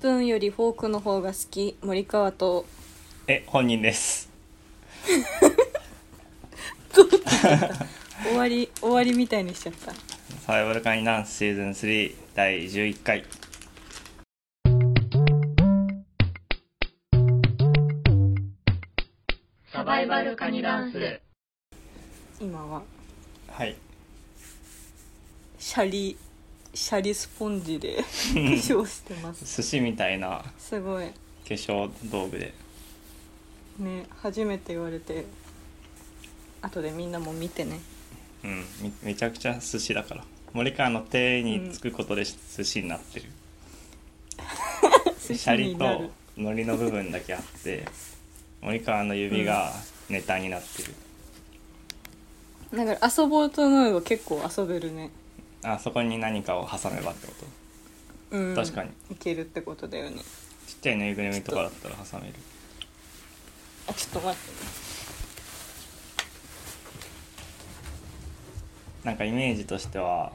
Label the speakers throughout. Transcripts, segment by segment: Speaker 1: プーンよりフォークの方が好き森川と
Speaker 2: え本人です
Speaker 1: 終わ り終わりみたいにしちゃった
Speaker 2: サバイバルカニダンスシーズン3第11回
Speaker 3: サバイバルカニダンス。
Speaker 1: 今は
Speaker 2: はい
Speaker 1: シャリシャリスポンジで 化粧してます
Speaker 2: 寿司みたいな
Speaker 1: すごい
Speaker 2: 化粧道具で
Speaker 1: ね初めて言われて後でみんなも見てね
Speaker 2: うんめめちゃくちゃ寿司だから森川の手につくことで寿司になってる、
Speaker 1: 寿
Speaker 2: シ
Speaker 1: 司
Speaker 2: ャリ
Speaker 1: になる
Speaker 2: と海苔の部分だけあって森川の指がネタになってる、
Speaker 1: だから遊ぼうと思えば結構遊べるね
Speaker 2: あそこに何かを挟めばってこと
Speaker 1: うん
Speaker 2: 確かに
Speaker 1: いけるってことだよね
Speaker 2: ちっちゃいぬいぐるみとかだったら挟める
Speaker 1: あちょっと待ってね
Speaker 2: なんかイメージとしては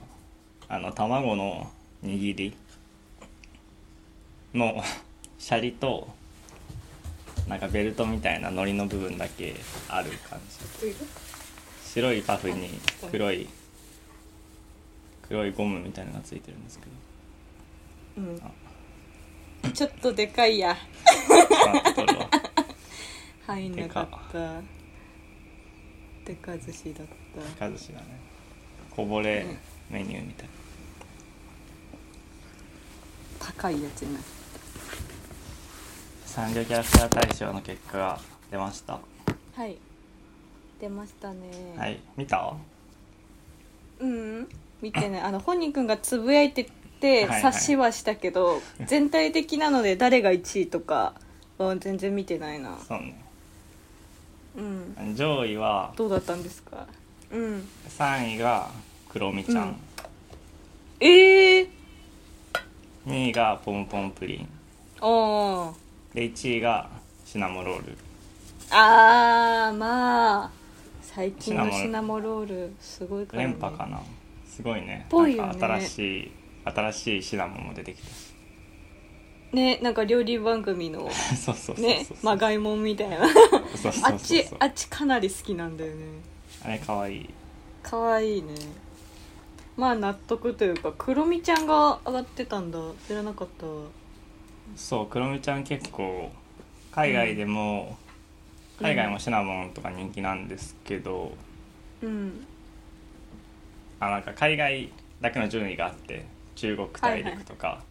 Speaker 2: あの卵の握りのシャリとなんかベルトみたいな海苔の部分だけある感じ白いパフに黒い黒いゴムみたいなのがついてるんですけど
Speaker 1: うんちょっとでかいや
Speaker 2: あちょっと取るわ
Speaker 1: 入んなかったでか寿司だった
Speaker 2: かずしだねこぼれメニューみたい
Speaker 1: 高いやつになる
Speaker 2: 産業キャラクター大賞の結果が出ました
Speaker 1: はい出ましたね
Speaker 2: はい見た
Speaker 1: うん見てねあの本人くんがつぶやいてて
Speaker 2: はいはい
Speaker 1: 察しはしたけど、全体的なので誰が1位とかは全然見てないな
Speaker 2: そうね
Speaker 1: うん
Speaker 2: 上位は
Speaker 1: どうだったんですかうん
Speaker 2: 3位がクロミちゃん、
Speaker 1: ええ
Speaker 2: 2位がポンポンプリン
Speaker 1: ー、あ
Speaker 2: で1位がシナモロール
Speaker 1: ああーまあ最近のシナモロールすごいから、ね、
Speaker 2: 連覇かなすごいね
Speaker 1: ぽいよね
Speaker 2: なんか新しい新しいシナモンも出てき たし
Speaker 1: ねなんか料理番組の
Speaker 2: そうそうそうそう
Speaker 1: ねまがいもんみたいな
Speaker 2: そうそうそうそう
Speaker 1: あっちあっちかなり好きなんだよね
Speaker 2: あれかわいい
Speaker 1: 可愛いねまあ納得というかクロミちゃんが上がってたんだ知らなかったわ
Speaker 2: そうクロミちゃん結構海外でも、
Speaker 1: うん
Speaker 2: 海外もシナモンとか人気なんですけど、
Speaker 1: うん
Speaker 2: あなんか海外だけの順位があって中国大
Speaker 1: はいは
Speaker 2: 陸
Speaker 1: い
Speaker 2: とか、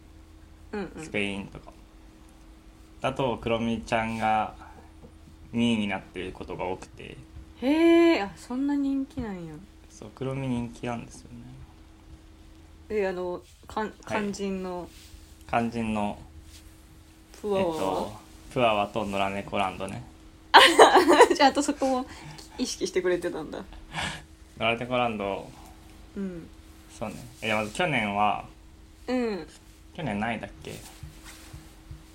Speaker 1: うんうん
Speaker 2: スペインとか、だとクロミちゃんが2位になっていることが多くて
Speaker 1: へえあそんな人気なんや
Speaker 2: そうクロミ人気なんですよね
Speaker 1: えあのかん肝心の
Speaker 2: 肝心の
Speaker 1: プ
Speaker 2: えっ
Speaker 1: ワ
Speaker 2: と
Speaker 1: は、
Speaker 2: プアワと野良猫ランドね
Speaker 1: じゃああとそこも意識してくれてたんだ
Speaker 2: 野良猫ランド
Speaker 1: うん
Speaker 2: そうねえまず去年は
Speaker 1: うん
Speaker 2: 去年何位だっけ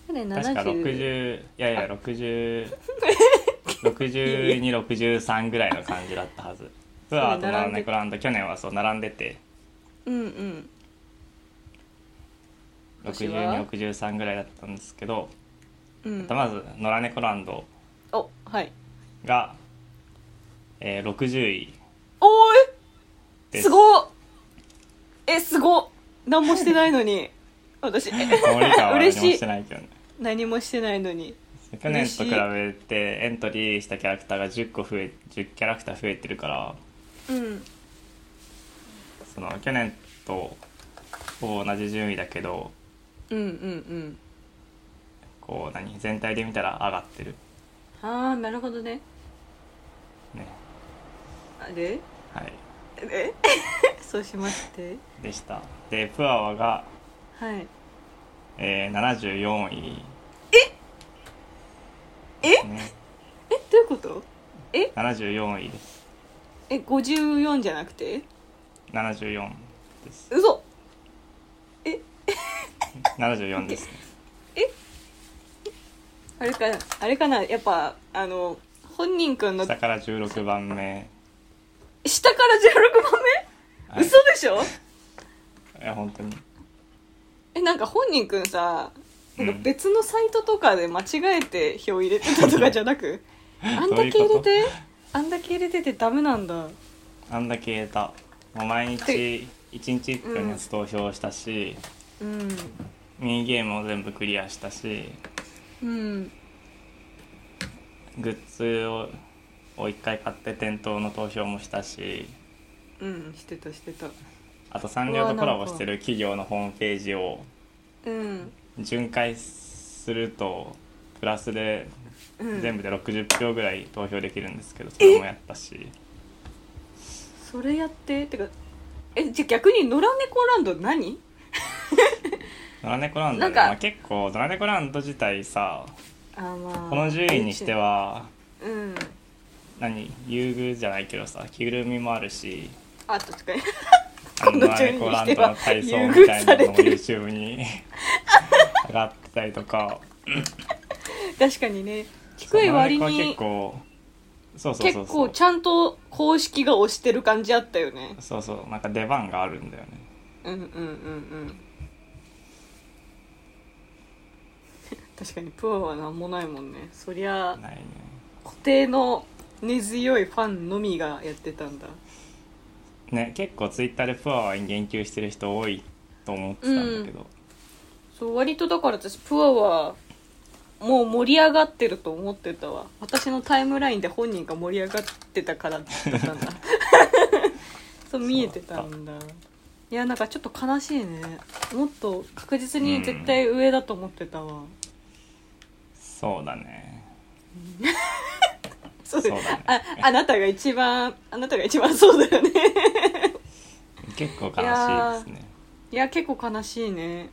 Speaker 1: これ
Speaker 2: 確か
Speaker 1: 70
Speaker 2: 60いやいや60 6263ぐらいの感じだった はずプアワと野良猫ランド去年はそう並んでて
Speaker 1: うんうん私は
Speaker 2: 6263ぐらいだったんですけど
Speaker 1: うん
Speaker 2: まず野良猫ランド
Speaker 1: おはい
Speaker 2: が、えー、60位
Speaker 1: おー
Speaker 2: で
Speaker 1: え
Speaker 2: す
Speaker 1: すごっえすごっ何もしてないのに 私え
Speaker 2: 森川は何も
Speaker 1: 嬉しい
Speaker 2: してないけどね
Speaker 1: 何もしてないのに
Speaker 2: 去年と比べてエントリーしたキャラクターが10個増え10キャラクター増えてるから
Speaker 1: うん
Speaker 2: その去年とほぼ同じ順位だけど
Speaker 1: うんうんうん
Speaker 2: こう何全体で見たら上がってる
Speaker 1: ああなるほどね
Speaker 2: ね
Speaker 1: あれ
Speaker 2: はい
Speaker 1: え そうしまして
Speaker 2: でしたでプアワが、
Speaker 1: はい
Speaker 2: えー、74位
Speaker 1: ええ
Speaker 2: ね
Speaker 1: どういうこと
Speaker 2: 74位です
Speaker 1: え54じゃなくて
Speaker 2: 74です
Speaker 1: 嘘
Speaker 2: 74です
Speaker 1: あれかあれかなやっぱあの本人くんの
Speaker 2: 下から16番目
Speaker 1: 下から16番目、
Speaker 2: はい
Speaker 1: 嘘でしょ
Speaker 2: いや本当に
Speaker 1: えなんか本人くんさなんか別のサイトとかで間違えて表入れてたとかじゃな くあんだけ入れてあんだけ入れててダメなんだ
Speaker 2: あんだけ入れたもう毎日1日1分のやつ投票したし、
Speaker 1: うん
Speaker 2: ミニゲームを全部クリアしたし
Speaker 1: うん
Speaker 2: グッズをを1回買って店頭の投票もしたし
Speaker 1: うんしてたしてた
Speaker 2: あと産業とコラボしてる企業のホームページを
Speaker 1: うん
Speaker 2: 巡回するとプラスで
Speaker 1: うん
Speaker 2: 全部で60票ぐらい投票できるんですけどそれもやったし
Speaker 1: それやっててかえじゃあ逆に野良猫ランド何
Speaker 2: 「野良猫ランド、
Speaker 1: なん
Speaker 2: ね」
Speaker 1: か
Speaker 2: まあ、結構「野良猫ランド」自体さ
Speaker 1: あーまあ
Speaker 2: この10位にしては
Speaker 1: うん
Speaker 2: 何優遇じゃないけどさ着ぐるみもあるし
Speaker 1: あ確かに
Speaker 2: あ
Speaker 1: この
Speaker 2: 野良猫ランドの体操みたいなのも YouTube に 上がってたりとか
Speaker 1: 確かにね低い割
Speaker 2: 野良
Speaker 1: に
Speaker 2: 猫は結構そうそうそ
Speaker 1: 結
Speaker 2: うそ
Speaker 1: 構
Speaker 2: う
Speaker 1: ちゃんと公式が押してる感じあったよね
Speaker 2: そうそうなんか出番があるんだよね
Speaker 1: うんうんうんうん 確かにプロは何もないもんねそりゃ
Speaker 2: ないね
Speaker 1: 固定の根強いファンのみがやってたんだ
Speaker 2: ね結構 Twitter でプアワーに言及してる人多いと思ってたんだけど、
Speaker 1: そう割とだから私プアはもう盛り上がってると思ってたわ私のタイムラインで本人が盛り上がってたからだったんだ そう見えてたんだいやなんかちょっと悲しいねもっと確実に絶対上だと思ってたわ、
Speaker 2: そうだね
Speaker 1: そう
Speaker 2: そうだね
Speaker 1: ああなたが一番あなたが一番そうだよね
Speaker 2: 結構悲しいですね
Speaker 1: いや結構悲しいね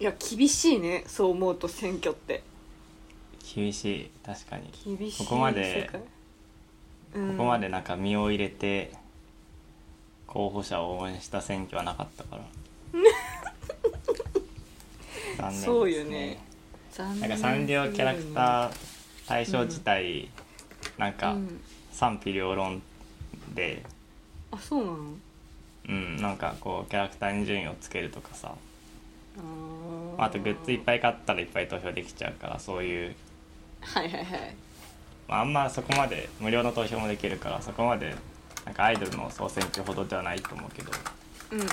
Speaker 1: いや厳しいねそう思うと選挙って
Speaker 2: 厳しい確かに
Speaker 1: 厳しい
Speaker 2: ここまで
Speaker 1: 世界
Speaker 2: ここまでなんか身を入れて候補者を応援した選挙はなかっ たから残念です、ね、
Speaker 1: そうよね残
Speaker 2: な
Speaker 1: 念
Speaker 2: んかサンリオキャラク
Speaker 1: ー
Speaker 2: ター対象自体、なんか
Speaker 1: うん
Speaker 2: 賛否両論で
Speaker 1: あそうなの
Speaker 2: うんなんかこうキャラクターに順位をつけるとかさ
Speaker 1: あー
Speaker 2: あとグッズいっぱい買ったらいっぱい投票できちゃうからそういう、
Speaker 1: はいはいはい
Speaker 2: まあ、あんまそこまで無料の投票もできるからそこまでなんかアイドルの総選挙ほどではないと思うけど
Speaker 1: うんうんうん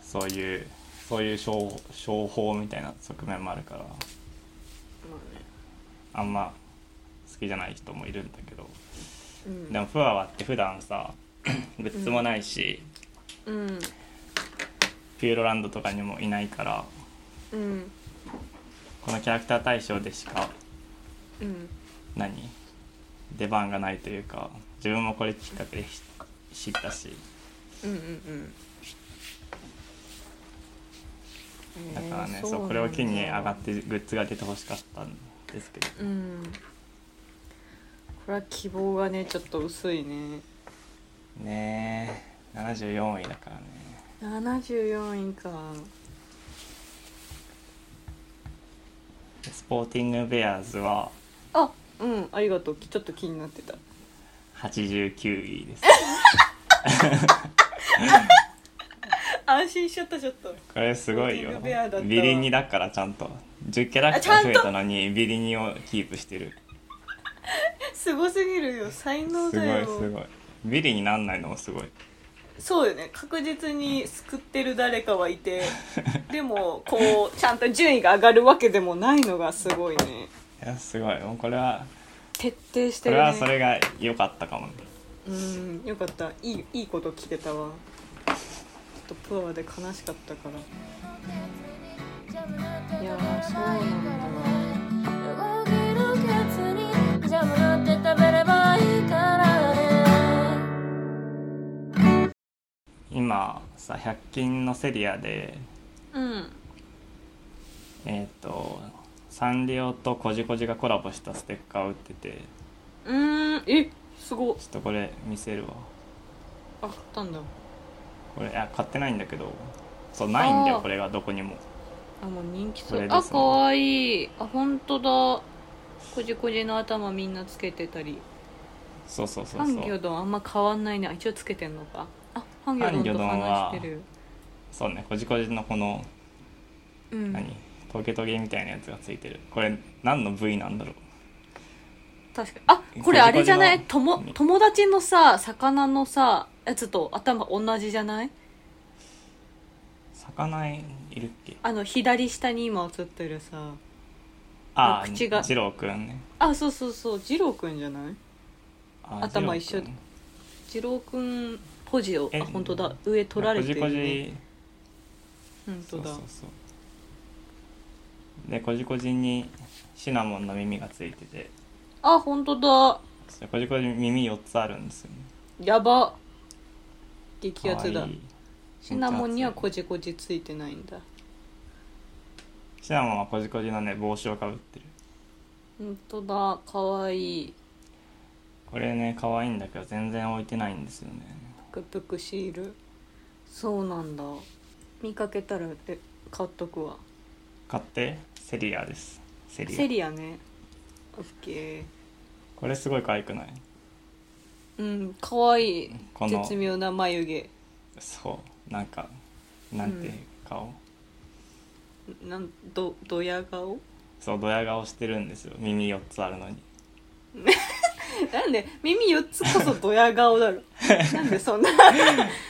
Speaker 2: そういうそういう商商法みたいな側面もあるから
Speaker 1: まあね
Speaker 2: あんま好きじゃない人もいるんだけど
Speaker 1: うん
Speaker 2: でもフワワって普段さグッズもないし、
Speaker 1: うん
Speaker 2: ピューロランドとかにもいないから
Speaker 1: うん
Speaker 2: このキャラクター対象でしか
Speaker 1: うん
Speaker 2: 何出番がないというか自分もこれきっかけで知知ったし
Speaker 1: うんうんうん
Speaker 2: だからね、
Speaker 1: えー
Speaker 2: そう
Speaker 1: なんだ
Speaker 2: これを機に上がってグッズが出てほしかったんですけど
Speaker 1: うんこれは希望がねちょっと薄いね
Speaker 2: ねえ74位だからね
Speaker 1: 74位か
Speaker 2: スポーティングベアーズは
Speaker 1: あうんありがとうちょっと気になってた
Speaker 2: 89位です
Speaker 1: 安心しちゃったちょっと
Speaker 2: これすごい
Speaker 1: スポーティン
Speaker 2: よ
Speaker 1: グベアだったわ
Speaker 2: ビリニだからちゃんと10キャラク
Speaker 1: あ
Speaker 2: タ
Speaker 1: ちゃ
Speaker 2: ー増
Speaker 1: ん
Speaker 2: え
Speaker 1: と
Speaker 2: たのにビリニをキープしてる
Speaker 1: すごすぎるよ才能
Speaker 2: すご
Speaker 1: だ
Speaker 2: い
Speaker 1: よ
Speaker 2: すごいビリになんないのもすごい
Speaker 1: そうよね確実に救ってる誰かはいてでもこうちゃんと順位が上がるわけでもないのがすごいね
Speaker 2: いやすごいもうこれは
Speaker 1: 徹底して
Speaker 2: こ
Speaker 1: る
Speaker 2: れ
Speaker 1: ね
Speaker 2: はそれが良かったかもね
Speaker 1: うんよかったいいいいこと聞けたわちょっとプアで悲しかったから
Speaker 4: い
Speaker 1: い
Speaker 4: や
Speaker 1: や
Speaker 4: ー
Speaker 1: ー
Speaker 4: そ
Speaker 1: そうう
Speaker 4: な
Speaker 1: なんん
Speaker 4: だ
Speaker 1: だ
Speaker 4: 動けるケツにジャムなんて食べればいいからね
Speaker 2: 今さ100均のセリアで
Speaker 1: うん
Speaker 2: えっ、とサンリオとコジコジがコラボしたステッカーを売っててちょ
Speaker 1: うーんえすごっ
Speaker 2: っとこれ見せるわ
Speaker 1: あ買ったんだ
Speaker 2: これあ買ってないんだけどそうないん
Speaker 1: あ
Speaker 2: だよ
Speaker 1: ー
Speaker 2: これがどこにも
Speaker 1: あもう人気そ
Speaker 2: これ
Speaker 1: う
Speaker 2: です
Speaker 1: あ
Speaker 2: ね
Speaker 1: かわいいあ本当だこじこじの頭みんなつけてたり
Speaker 2: そうそうそう
Speaker 1: ハンギ
Speaker 2: そ
Speaker 1: ョ
Speaker 2: う
Speaker 1: ドンあんま変わんないねあ一応つけてんのかあハンギョドンと話してる
Speaker 2: そうねコジコジのこの
Speaker 1: うん
Speaker 2: 何トゲトゲみたいなやつがついてるこれ何の部位なんだろう
Speaker 1: 確かにあこれあれじゃない
Speaker 2: こ
Speaker 1: とも友達のさ魚のさやつと頭同じじゃない
Speaker 2: 魚いるっけ
Speaker 1: あの左下に今映ってるさ
Speaker 2: ああ
Speaker 1: 口が
Speaker 2: 二郎くんね
Speaker 1: あそうそうそう二郎くんじゃない
Speaker 2: あ
Speaker 1: 頭
Speaker 2: 二郎く
Speaker 1: 一
Speaker 2: ん
Speaker 1: 緒二郎くんポジを
Speaker 2: え
Speaker 1: あ本当だ上取られてる、
Speaker 2: こじこ
Speaker 1: ね、
Speaker 2: じ
Speaker 1: 本
Speaker 2: そ
Speaker 1: 当
Speaker 2: う
Speaker 1: だ
Speaker 2: そうそうでこじこじにシナモンの耳がついてて
Speaker 1: あ本当だ
Speaker 2: そうこじこじ耳4つあるんですよね
Speaker 1: やば激アツ
Speaker 2: か
Speaker 1: だ
Speaker 2: わいい
Speaker 1: シナモンにはこじこじついてないんだ
Speaker 2: シナモンはこじこじのね帽子をかぶってる
Speaker 1: 本当だかわいい
Speaker 2: これね可愛いんだけど全然置いてないんですよね
Speaker 1: ブックブックシールそうなんだ見かけたらえ買っとくわ
Speaker 2: 買ってセリアですセリア
Speaker 1: セリアねオッケー
Speaker 2: これすごい可愛くない
Speaker 1: うんかわいい
Speaker 2: この
Speaker 1: 絶妙な眉毛
Speaker 2: そうなんかなんていう顔、
Speaker 1: なんどドヤ顔
Speaker 2: そうドヤ顔してるんですよ耳4つあるのに
Speaker 1: なんで耳4つこそドヤ顔 だろなんでそんな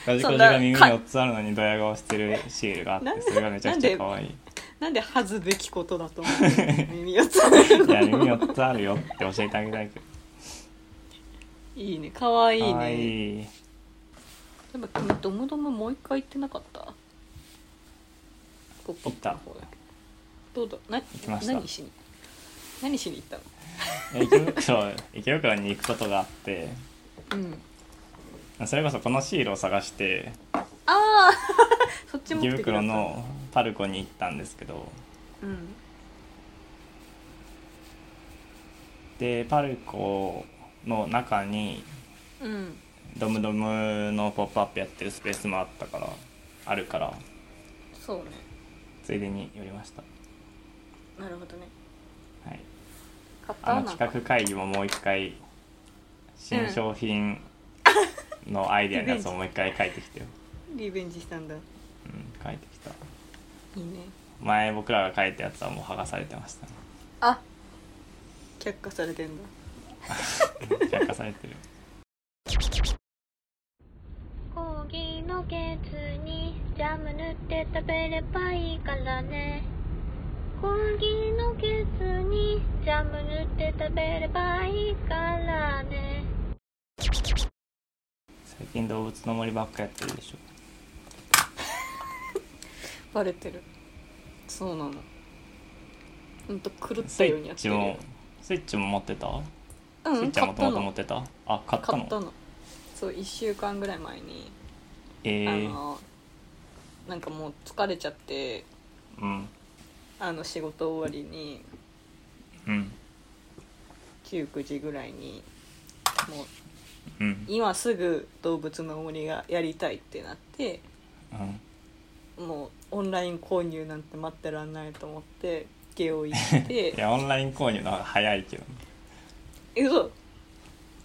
Speaker 2: こじこ
Speaker 1: そ
Speaker 2: じ
Speaker 1: んな
Speaker 2: が耳4つあるのにドヤ顔してるシールがあっ
Speaker 1: なん
Speaker 2: てそれがめちゃくちゃ可愛い
Speaker 1: なんで恥ずべきことだと思 う耳4つあ る
Speaker 2: いや
Speaker 1: の
Speaker 2: 耳4つあるよって教えてあげたいけど
Speaker 1: いいねかわいい
Speaker 2: 可
Speaker 1: ね
Speaker 2: 愛い
Speaker 1: でも君ドムドムもう一回行ってなかったポッ
Speaker 2: 行った
Speaker 1: どうだな
Speaker 2: きました
Speaker 1: 何しに何しに行った
Speaker 2: え池袋池袋に行くことがあって
Speaker 1: のうん
Speaker 2: それこそこのシールを探して
Speaker 1: ああそっち持って
Speaker 2: 池
Speaker 1: くれた
Speaker 2: 袋のパルコに行ったんですけど
Speaker 1: うん
Speaker 2: でパルコの中に
Speaker 1: うん
Speaker 2: ドムドムのポップアップやってるスペースもあったからあるから
Speaker 1: そうね
Speaker 2: ついでに寄りました、
Speaker 1: なるほどね
Speaker 2: はい、
Speaker 1: 買った
Speaker 2: あの
Speaker 1: なんか
Speaker 2: 企画会議ももう一回新商品のアイデアのやつをもう一回書いてきてよ、
Speaker 1: リベンジしたんだい
Speaker 2: うん、書いてきた
Speaker 1: いね
Speaker 2: 前僕らが書いたやつはもう剥がされてましたね
Speaker 1: あ却下されてんだ
Speaker 2: 却下されてる
Speaker 4: 講義の月にジャム塗って食べればいいからね講義の月にジャム塗って食べればいいからね
Speaker 2: 最近動物の森ばっかやってるでしょ
Speaker 1: バレてるそうなのほんと狂っ
Speaker 2: ス
Speaker 1: た
Speaker 2: イ
Speaker 1: ようにやっ
Speaker 2: ッ
Speaker 1: て
Speaker 2: チ
Speaker 1: る
Speaker 2: もスイッチも持ってた、
Speaker 1: う
Speaker 2: スイッ
Speaker 1: ん
Speaker 2: チは
Speaker 1: 買
Speaker 2: も
Speaker 1: っ
Speaker 2: と
Speaker 1: た
Speaker 2: もと持
Speaker 1: の
Speaker 2: ってたあ買った
Speaker 1: 買
Speaker 2: の
Speaker 1: ったのそう1週間ぐらい前に
Speaker 2: え
Speaker 1: あ
Speaker 2: ー、
Speaker 1: のなんかもう疲れちゃって
Speaker 2: うん
Speaker 1: あの仕事終わりに
Speaker 2: うん
Speaker 1: 99時ぐらいにもう
Speaker 2: うん
Speaker 1: 今すぐ動物の森がやりたいってなって
Speaker 2: うん
Speaker 1: もうオンライン購入なんて待ってらんないと思ってゲオ行っ
Speaker 2: い
Speaker 1: て
Speaker 2: やオンライン購入の方が早いけどね
Speaker 1: え嘘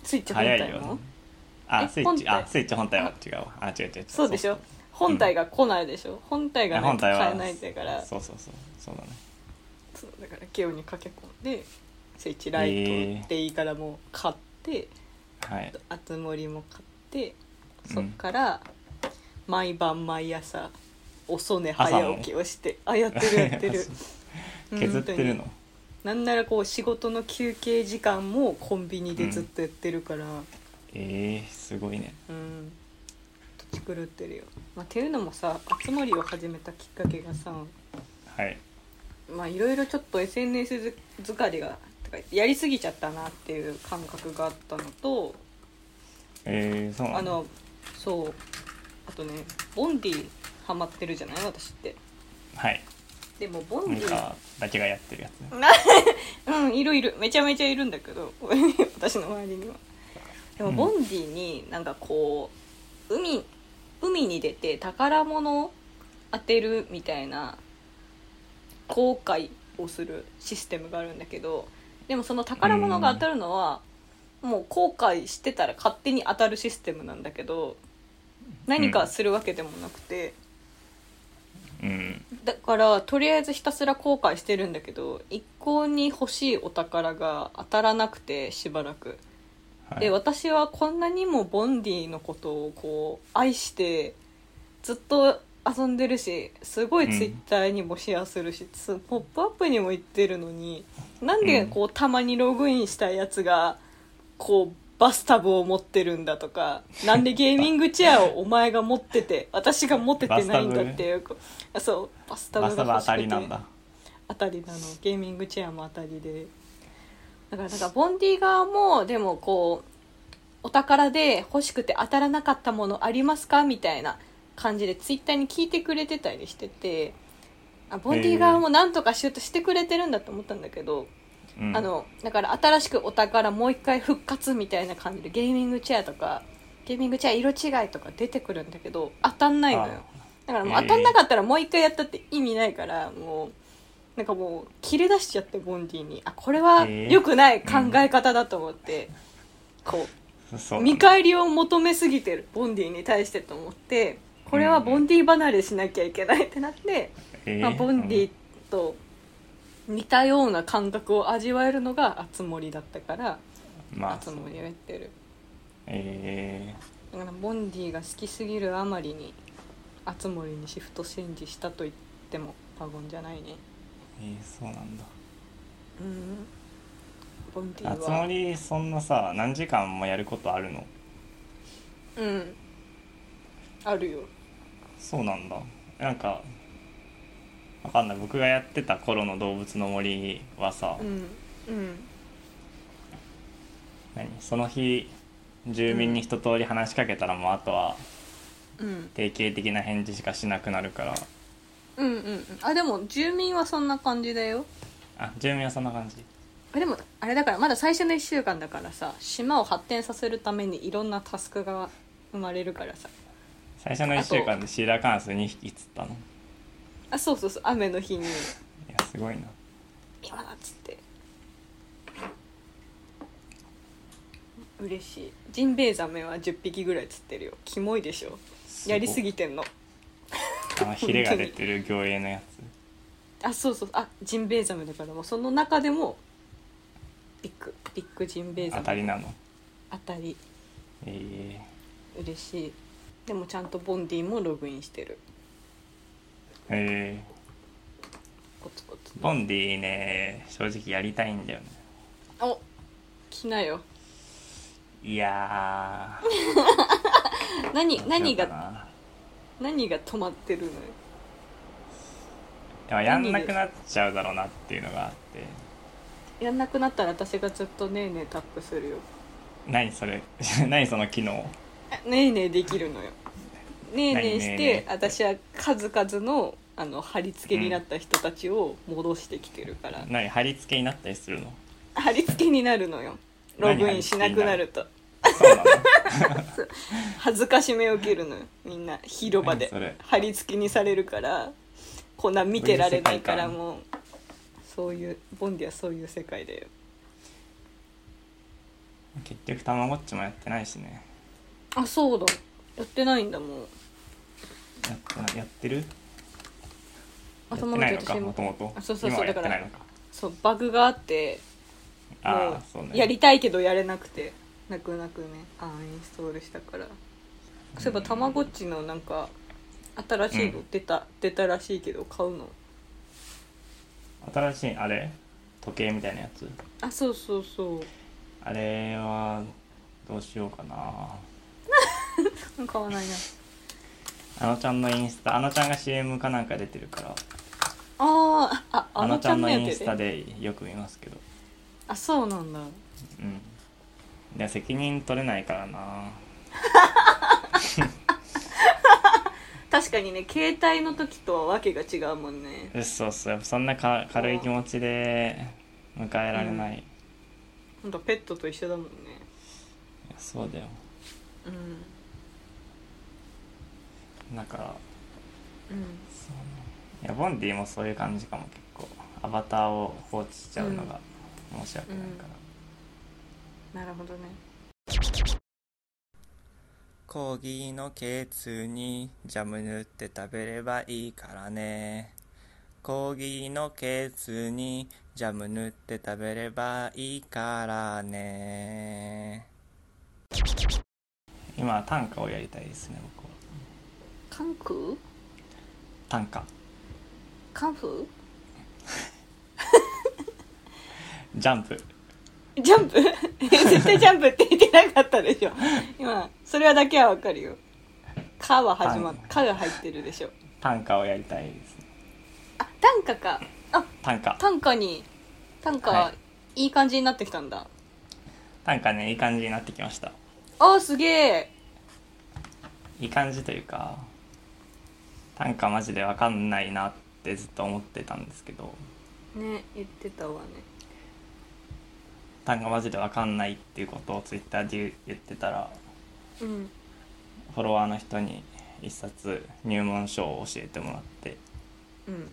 Speaker 1: スイッチ本
Speaker 2: 早い
Speaker 1: 体
Speaker 2: よね
Speaker 1: もえ
Speaker 2: あスイッ
Speaker 1: 本
Speaker 2: チ
Speaker 1: 体
Speaker 2: あスイッチ本体は違うわあ違う違う違う
Speaker 1: そうでしょ本体が来ないでしょ本体
Speaker 2: い
Speaker 1: が
Speaker 2: や
Speaker 1: ない
Speaker 2: 本
Speaker 1: と
Speaker 2: 体は
Speaker 1: 買えないんだから
Speaker 2: そうそうそうそうだね
Speaker 1: そうだからゲオに駆け込んでスイッチライトでいいからもう買って
Speaker 2: はい
Speaker 1: あつ森も買ってそっから毎晩毎朝遅寝早起きをしてあやってるやってる
Speaker 2: 削って
Speaker 1: 本
Speaker 2: るの
Speaker 1: 当になんならこう仕事の休憩時間もコンビニでずっとやってるから
Speaker 2: えー、すごいね
Speaker 1: うん、土地狂ってるよ、まあ、っていうのもさあつ森を始めたきっかけがさ
Speaker 2: はい
Speaker 1: まあいろいろちょっと SNS 疲れがてかやりすぎちゃったなっていう感覚があったのと
Speaker 2: えー、そうな
Speaker 1: あのそうあとねボンディハマってるじゃない私って
Speaker 2: はい
Speaker 1: でもボン
Speaker 2: ミ
Speaker 1: ディ
Speaker 2: カだけがやってるやつね
Speaker 1: うんいるいるめちゃめちゃいるんだけど 私の周りにはでも
Speaker 2: うん
Speaker 1: ボンディになんかこう海海に出て宝物を当てるみたいな航海をするシステムがあるんだけどでもその宝物が当たるのは、もう後悔してたら勝手に当たるシステムなんだけど何かするわけでもなくて、
Speaker 2: うん
Speaker 1: だからとりあえずひたすら後悔してるんだけど一向に欲しいお宝が当たらなくてしばらく
Speaker 2: はい
Speaker 1: で私はこんなにもボンディのことをこう愛してずっと遊んでるしすごい
Speaker 2: うん
Speaker 1: ツイッターにもシェアするし「つポップアップにも行ってるのになんでこうたまにログインしたやつがこうバスタブを持ってるんだとかなんでゲーミングチェアをお前が持ってて私が持っててないんだっていうあそうバスタブ
Speaker 2: バ
Speaker 1: が
Speaker 2: ス
Speaker 1: 欲し
Speaker 2: タ
Speaker 1: くて
Speaker 2: ブ当たりなんだ
Speaker 1: 当たりなのゲーミングチェアも当たりでだからなんかボンディ側もでもこうお宝で欲しくて当たらなかったものありますかみたいな感じでツイッターに聞いてくれてたりしててあボンディ側もなんとかシュートしてくれてるんだと思ったんだけど、
Speaker 2: うん
Speaker 1: あのだから新しくお宝もう一回復活みたいな感じでゲーミングチェアとかゲーミングチェア色違いとか出てくるんだけど当たんないのよだからもう当たんなかったらもう一回やったって意味ないからもうなんかもう切れ出しちゃってボンディにあこれは
Speaker 2: えー
Speaker 1: 良くない考え方だと思って、こ
Speaker 2: そうう
Speaker 1: 見返りを求めすぎてるボンディに対してと思ってこれはボンディ離れしなきゃいけないってなって、
Speaker 2: えー
Speaker 1: まあ、ボンディと似たような感覚を味わえるのが熱森だったから
Speaker 2: うんまあ
Speaker 1: 熱森をやってる
Speaker 2: え
Speaker 1: だからボンディが好きすぎるあまりに熱森にシフトチェンジしたと言っても過言じゃないね
Speaker 2: ー、えーそうなんだ
Speaker 1: うんボンディは
Speaker 2: あつ森そんなさ何時間もやることあるの
Speaker 1: うんあるよ
Speaker 2: そうなんだなんかわかんない僕がやってた頃の動物の森はさ、
Speaker 1: うんうん
Speaker 2: 何その日住民に一通り話しかけたらもうあとは
Speaker 1: うん
Speaker 2: 定型的な返事しかしなくなるから
Speaker 1: うんうんうんあでも住民はそんな感じだよ
Speaker 2: あ住民はそんな感じ
Speaker 1: あでもあれだからまだ最初の1週間だからさ島を発展させるためにいろんなタスクが生まれるからさ
Speaker 2: 最初の1週間でシーラカンス2匹釣ったのい
Speaker 1: あそうそうそう雨の日に
Speaker 2: やすごいな
Speaker 1: 「今だ」っつって嬉しいジンベエザメは10匹ぐらい釣ってるよキモいでしょやりすぎてんの
Speaker 2: あのヒレが出てる魚影のや
Speaker 1: あそうそうあジンベエザメだからもうその中でもビッグビッグジンベエ
Speaker 2: つ
Speaker 1: ザ
Speaker 2: 当
Speaker 1: メ
Speaker 2: たりなの
Speaker 1: 当たり
Speaker 2: え
Speaker 1: 嬉しいでもちゃんとボンディもログインしてる
Speaker 2: ー、え
Speaker 1: コツコツ
Speaker 2: ー、ボンディね正直やりたいんだよね
Speaker 1: お来なよ
Speaker 2: いや
Speaker 1: 何
Speaker 2: ー
Speaker 1: 何
Speaker 2: どうしようか
Speaker 1: が
Speaker 2: な
Speaker 1: 何が止まってるのよ
Speaker 2: でもやんなくなっちゃうだろうなっていうのがあって
Speaker 1: やんなくなったら私がずっと「ねえねえ」タップするよ
Speaker 2: 何それ 何その機能
Speaker 1: 「ねえねえ」できるのよ「ねえねえ」して
Speaker 2: 何ねえねえって
Speaker 1: 私は数々のあの貼り付けになった人たちを戻してきてるから、
Speaker 2: 何貼り付けになったりするの
Speaker 1: 貼り付けになるのよログインしなくなると
Speaker 2: そう なの
Speaker 1: 恥ずかしめを受けるのよみんな広場で
Speaker 2: 何それ
Speaker 1: 貼り付けにされるからこんな見てられないからも
Speaker 2: どういう世界観
Speaker 1: うそういうボンディはそういう世界だよ
Speaker 2: 結局たまごっちもやってないしね
Speaker 1: あそうだやってないんだもん
Speaker 2: やってないやってるや
Speaker 1: あ
Speaker 2: ってないのかもともと
Speaker 1: あそうそうそう
Speaker 2: 今はや
Speaker 1: だ
Speaker 2: っ
Speaker 1: か
Speaker 2: てない
Speaker 1: ら
Speaker 2: のか
Speaker 1: そうバグがあっても
Speaker 2: ああそう
Speaker 1: う
Speaker 2: ね
Speaker 1: やりたいけどやれなくて泣く泣くねアンインストールしたからそういえばたまごっちのなんか新しいの出た、出たらしいけど買うの
Speaker 2: 新しいあれ時計みたいなやつ
Speaker 1: あそうそうそう
Speaker 2: あれはどうしようかな
Speaker 1: うん買わないな
Speaker 2: あのちゃんのインスタあのちゃんが CM かなんか出てるから
Speaker 1: あーああ
Speaker 2: あの
Speaker 1: の
Speaker 2: ち
Speaker 1: ち
Speaker 2: ゃ
Speaker 1: ゃ
Speaker 2: ん
Speaker 1: ん
Speaker 2: の
Speaker 1: の
Speaker 2: イ
Speaker 1: や
Speaker 2: ン
Speaker 1: つ
Speaker 2: ス
Speaker 1: で
Speaker 2: タでよく見ますけど
Speaker 1: あそうなんだ
Speaker 2: うんで責任取れないからな
Speaker 1: 確かにね携帯の時とはわけが違うもんね
Speaker 2: うそうそうそんなか軽い気持ちで迎えられない、い
Speaker 1: ほんとペットと一緒だもんね
Speaker 2: やそうだよ
Speaker 1: うん
Speaker 2: だから
Speaker 1: うん
Speaker 2: いやボンディもそういう感じかも結構アバターを放置しちゃうのが申し訳ないから、
Speaker 1: なるほどね
Speaker 2: コーギーのケツにジャム塗って食べればいいからね
Speaker 5: コーギーのケツにジャム塗って食べればいいからね
Speaker 2: 今は短歌をやりたいですね僕は
Speaker 1: 関空
Speaker 2: 短歌
Speaker 1: カンフ
Speaker 2: ジャンプ
Speaker 1: ージャンプ 絶対ジャンプって言ってなかったでし ょ今それはだけはわかるよ「か」は始まっ
Speaker 2: はい
Speaker 1: 「か」が入ってるでしょ
Speaker 2: 短歌をやりたいですね
Speaker 1: あ短歌かあ
Speaker 2: 短歌
Speaker 1: 短歌に短歌、、
Speaker 2: はい
Speaker 1: い感じになってきたんだ
Speaker 2: 短歌ねいい感じになってきました
Speaker 1: あーすげえ
Speaker 2: いい感じというか短歌マジでわかんないなってずっと思ってたんですけど
Speaker 1: ね言ってたわね
Speaker 2: 短歌マジでわかんないっていうことをツイッターで言ってたら
Speaker 1: うん
Speaker 2: フォロワーの人に一冊入門書を教えてもらって
Speaker 1: うん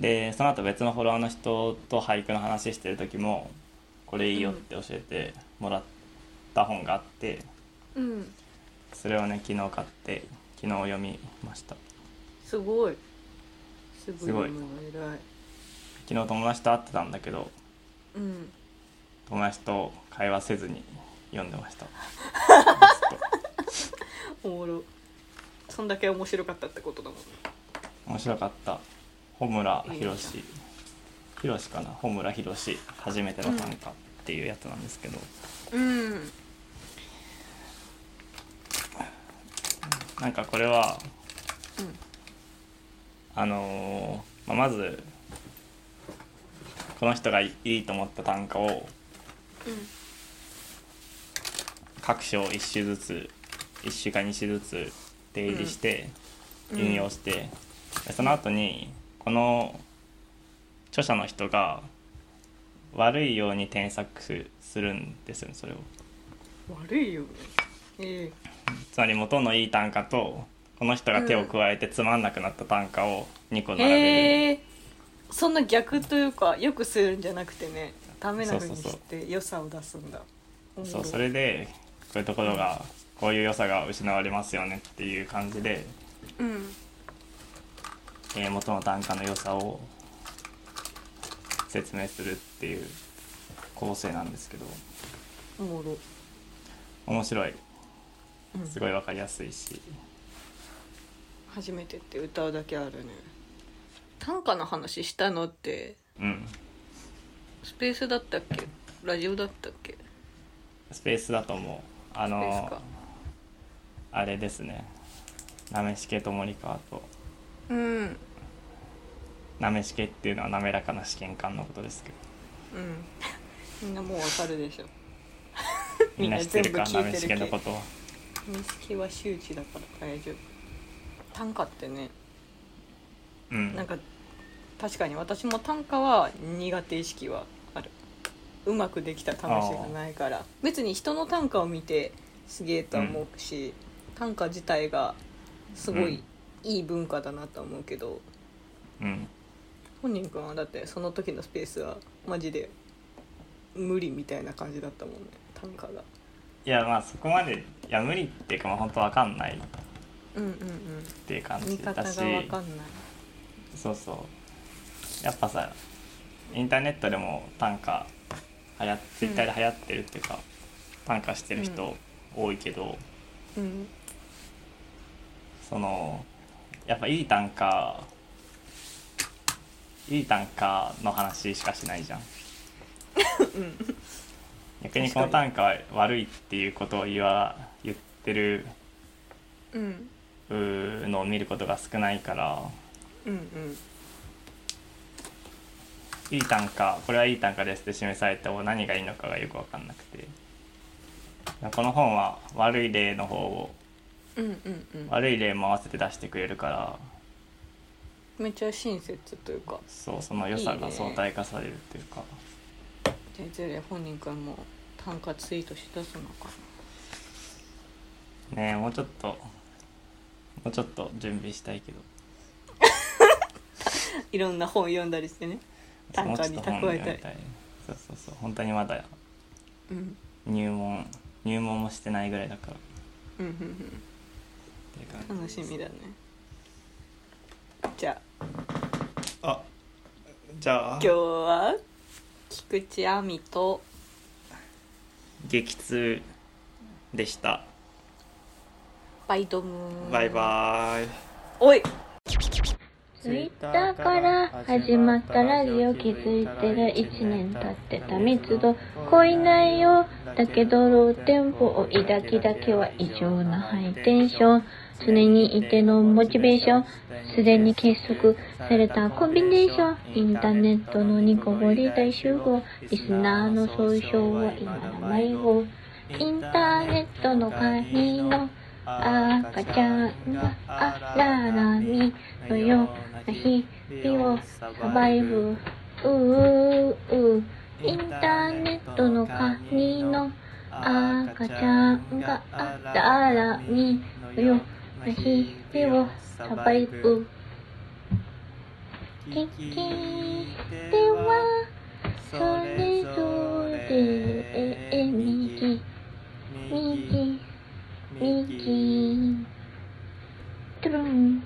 Speaker 2: でその後別のフォロワーの人と俳句の話してる時もこれいいよって教えてもらった本があって
Speaker 1: うん
Speaker 2: それをね昨日買って昨日読みました
Speaker 1: すごいすごい
Speaker 2: すごい
Speaker 1: もう偉い
Speaker 2: 昨日友達と会ってたんだけど
Speaker 1: うん
Speaker 2: 友達と会話せずに読んでましたずっ
Speaker 1: おもろそんだけ面白かったってことだもんね
Speaker 2: と面白かった穂村博士博士かな穂村博士初めての短歌っていうやつなんですけど、
Speaker 1: うん
Speaker 2: なんかこれは、
Speaker 1: うん
Speaker 2: あのーまあ、まずこの人がいいと思った短歌を各章1首ずつ1首か2首ずつ出入りして
Speaker 1: うん
Speaker 2: 引用して、でその後にこの著者の人が悪いように添削するんですよねそれを。
Speaker 1: 悪いよねえ
Speaker 2: つまり元のいい短歌とこの人が手を加えてつまんなくなった短歌を2個
Speaker 1: え
Speaker 2: 並べる、
Speaker 1: へえそんな逆というかよくするんじゃなくてねダメなふうに
Speaker 2: そうそ
Speaker 1: し
Speaker 2: う
Speaker 1: て良さを出すんだおもろ
Speaker 2: そうそれでこういうところがこういう良さが失われますよねっていう感じで、
Speaker 1: うん
Speaker 2: えー元の短歌の良さを説明するっていう構成なんですけど
Speaker 1: おもろ
Speaker 2: 面白い
Speaker 1: うん
Speaker 2: すごい分かりやすいし、
Speaker 1: 初めてって歌うだけあるね短歌の話したのって
Speaker 2: うん、
Speaker 1: スペースだったっけラジオだったっけ
Speaker 2: スペースだと思うあ
Speaker 1: スペース
Speaker 2: の
Speaker 1: か
Speaker 2: あれですねなめしけと森川
Speaker 1: う
Speaker 2: と。
Speaker 1: んうん
Speaker 2: なめしけっていうのは滑らかな試験官のことですけど
Speaker 1: みんなもうわかるでしょ
Speaker 2: みんな知ってるか
Speaker 1: みん
Speaker 2: な
Speaker 1: な全部聞いてる
Speaker 2: めしけのことは
Speaker 1: 認識は周知だから大丈夫短歌ってね
Speaker 2: うん
Speaker 1: なんか確かに私も短歌は苦手意識はあるうまくできた試しがないから別に人の短歌を見てすげえとは思うし、短歌自体がすごいいい文化だなとは思うけど、
Speaker 2: うん
Speaker 1: 本人くんはだってその時のスペースはマジで無理みたいな感じだったもんね短歌が
Speaker 2: いやまあそこまでいや無理っていうかまあ本当わかんないっ
Speaker 1: うんうん
Speaker 2: ていう感
Speaker 1: 見
Speaker 2: じ
Speaker 1: 方が
Speaker 2: だ
Speaker 1: わ
Speaker 2: し
Speaker 1: かんない
Speaker 2: そうそうやっぱさインターネットでも短歌はやツイッターで流行ってるっていうか、短歌してる人多いけど、
Speaker 1: うん
Speaker 2: そのやっぱいい短歌いい短歌の話しかしないじゃん逆にこの短歌は悪いっていうことを言わ言ってる
Speaker 1: うん
Speaker 2: うーのを見ることが少ないから
Speaker 1: うんうん
Speaker 2: いい短歌これはいい短歌ですって示されても何がいいのかがよく分かんなくてこの本は悪い例の方を
Speaker 1: うんうんうん
Speaker 2: 悪い例も合わせて出してくれるから
Speaker 1: めっちゃ親切というか
Speaker 2: そうその良さ
Speaker 1: いい
Speaker 2: が
Speaker 1: ね
Speaker 2: 相対化されるっていうか
Speaker 1: じゃあいずれ本人くんも短歌ツイートしだすのか
Speaker 2: ねえもうちょっともうちょっと準備したいけど
Speaker 1: いろんな本読んだりしてね短歌に蓄え
Speaker 2: もうちょっと本読み
Speaker 1: たい
Speaker 2: そうそうそう本当にまだ
Speaker 1: うん
Speaker 2: 入門入門もしてないぐらいだからっ
Speaker 1: うんうん
Speaker 2: ていう
Speaker 1: うん
Speaker 2: 感
Speaker 1: 楽
Speaker 2: じ
Speaker 1: しみだねじゃあ
Speaker 2: あじゃあ
Speaker 1: 今日は菊池亜美と
Speaker 2: 激痛でした
Speaker 1: バイドム
Speaker 2: バイバーイ
Speaker 1: おい
Speaker 4: ツイッターから始まったラジオ気づいてる1年経ってた密度恋内容だけどローテンポを抱きだけは異常なハイテンション常にいてのモチベーションすでに結束されたコンビネーションインターネットのニコゴリ大集合リスナーの総称は今の迷子インターネットの会員の赤ちゃんが荒波のような日々をサバイブうううインターネットのカニの赤ちゃんが荒波のような日々をサバイブ聞き手はそれぞれ右右右トゥルン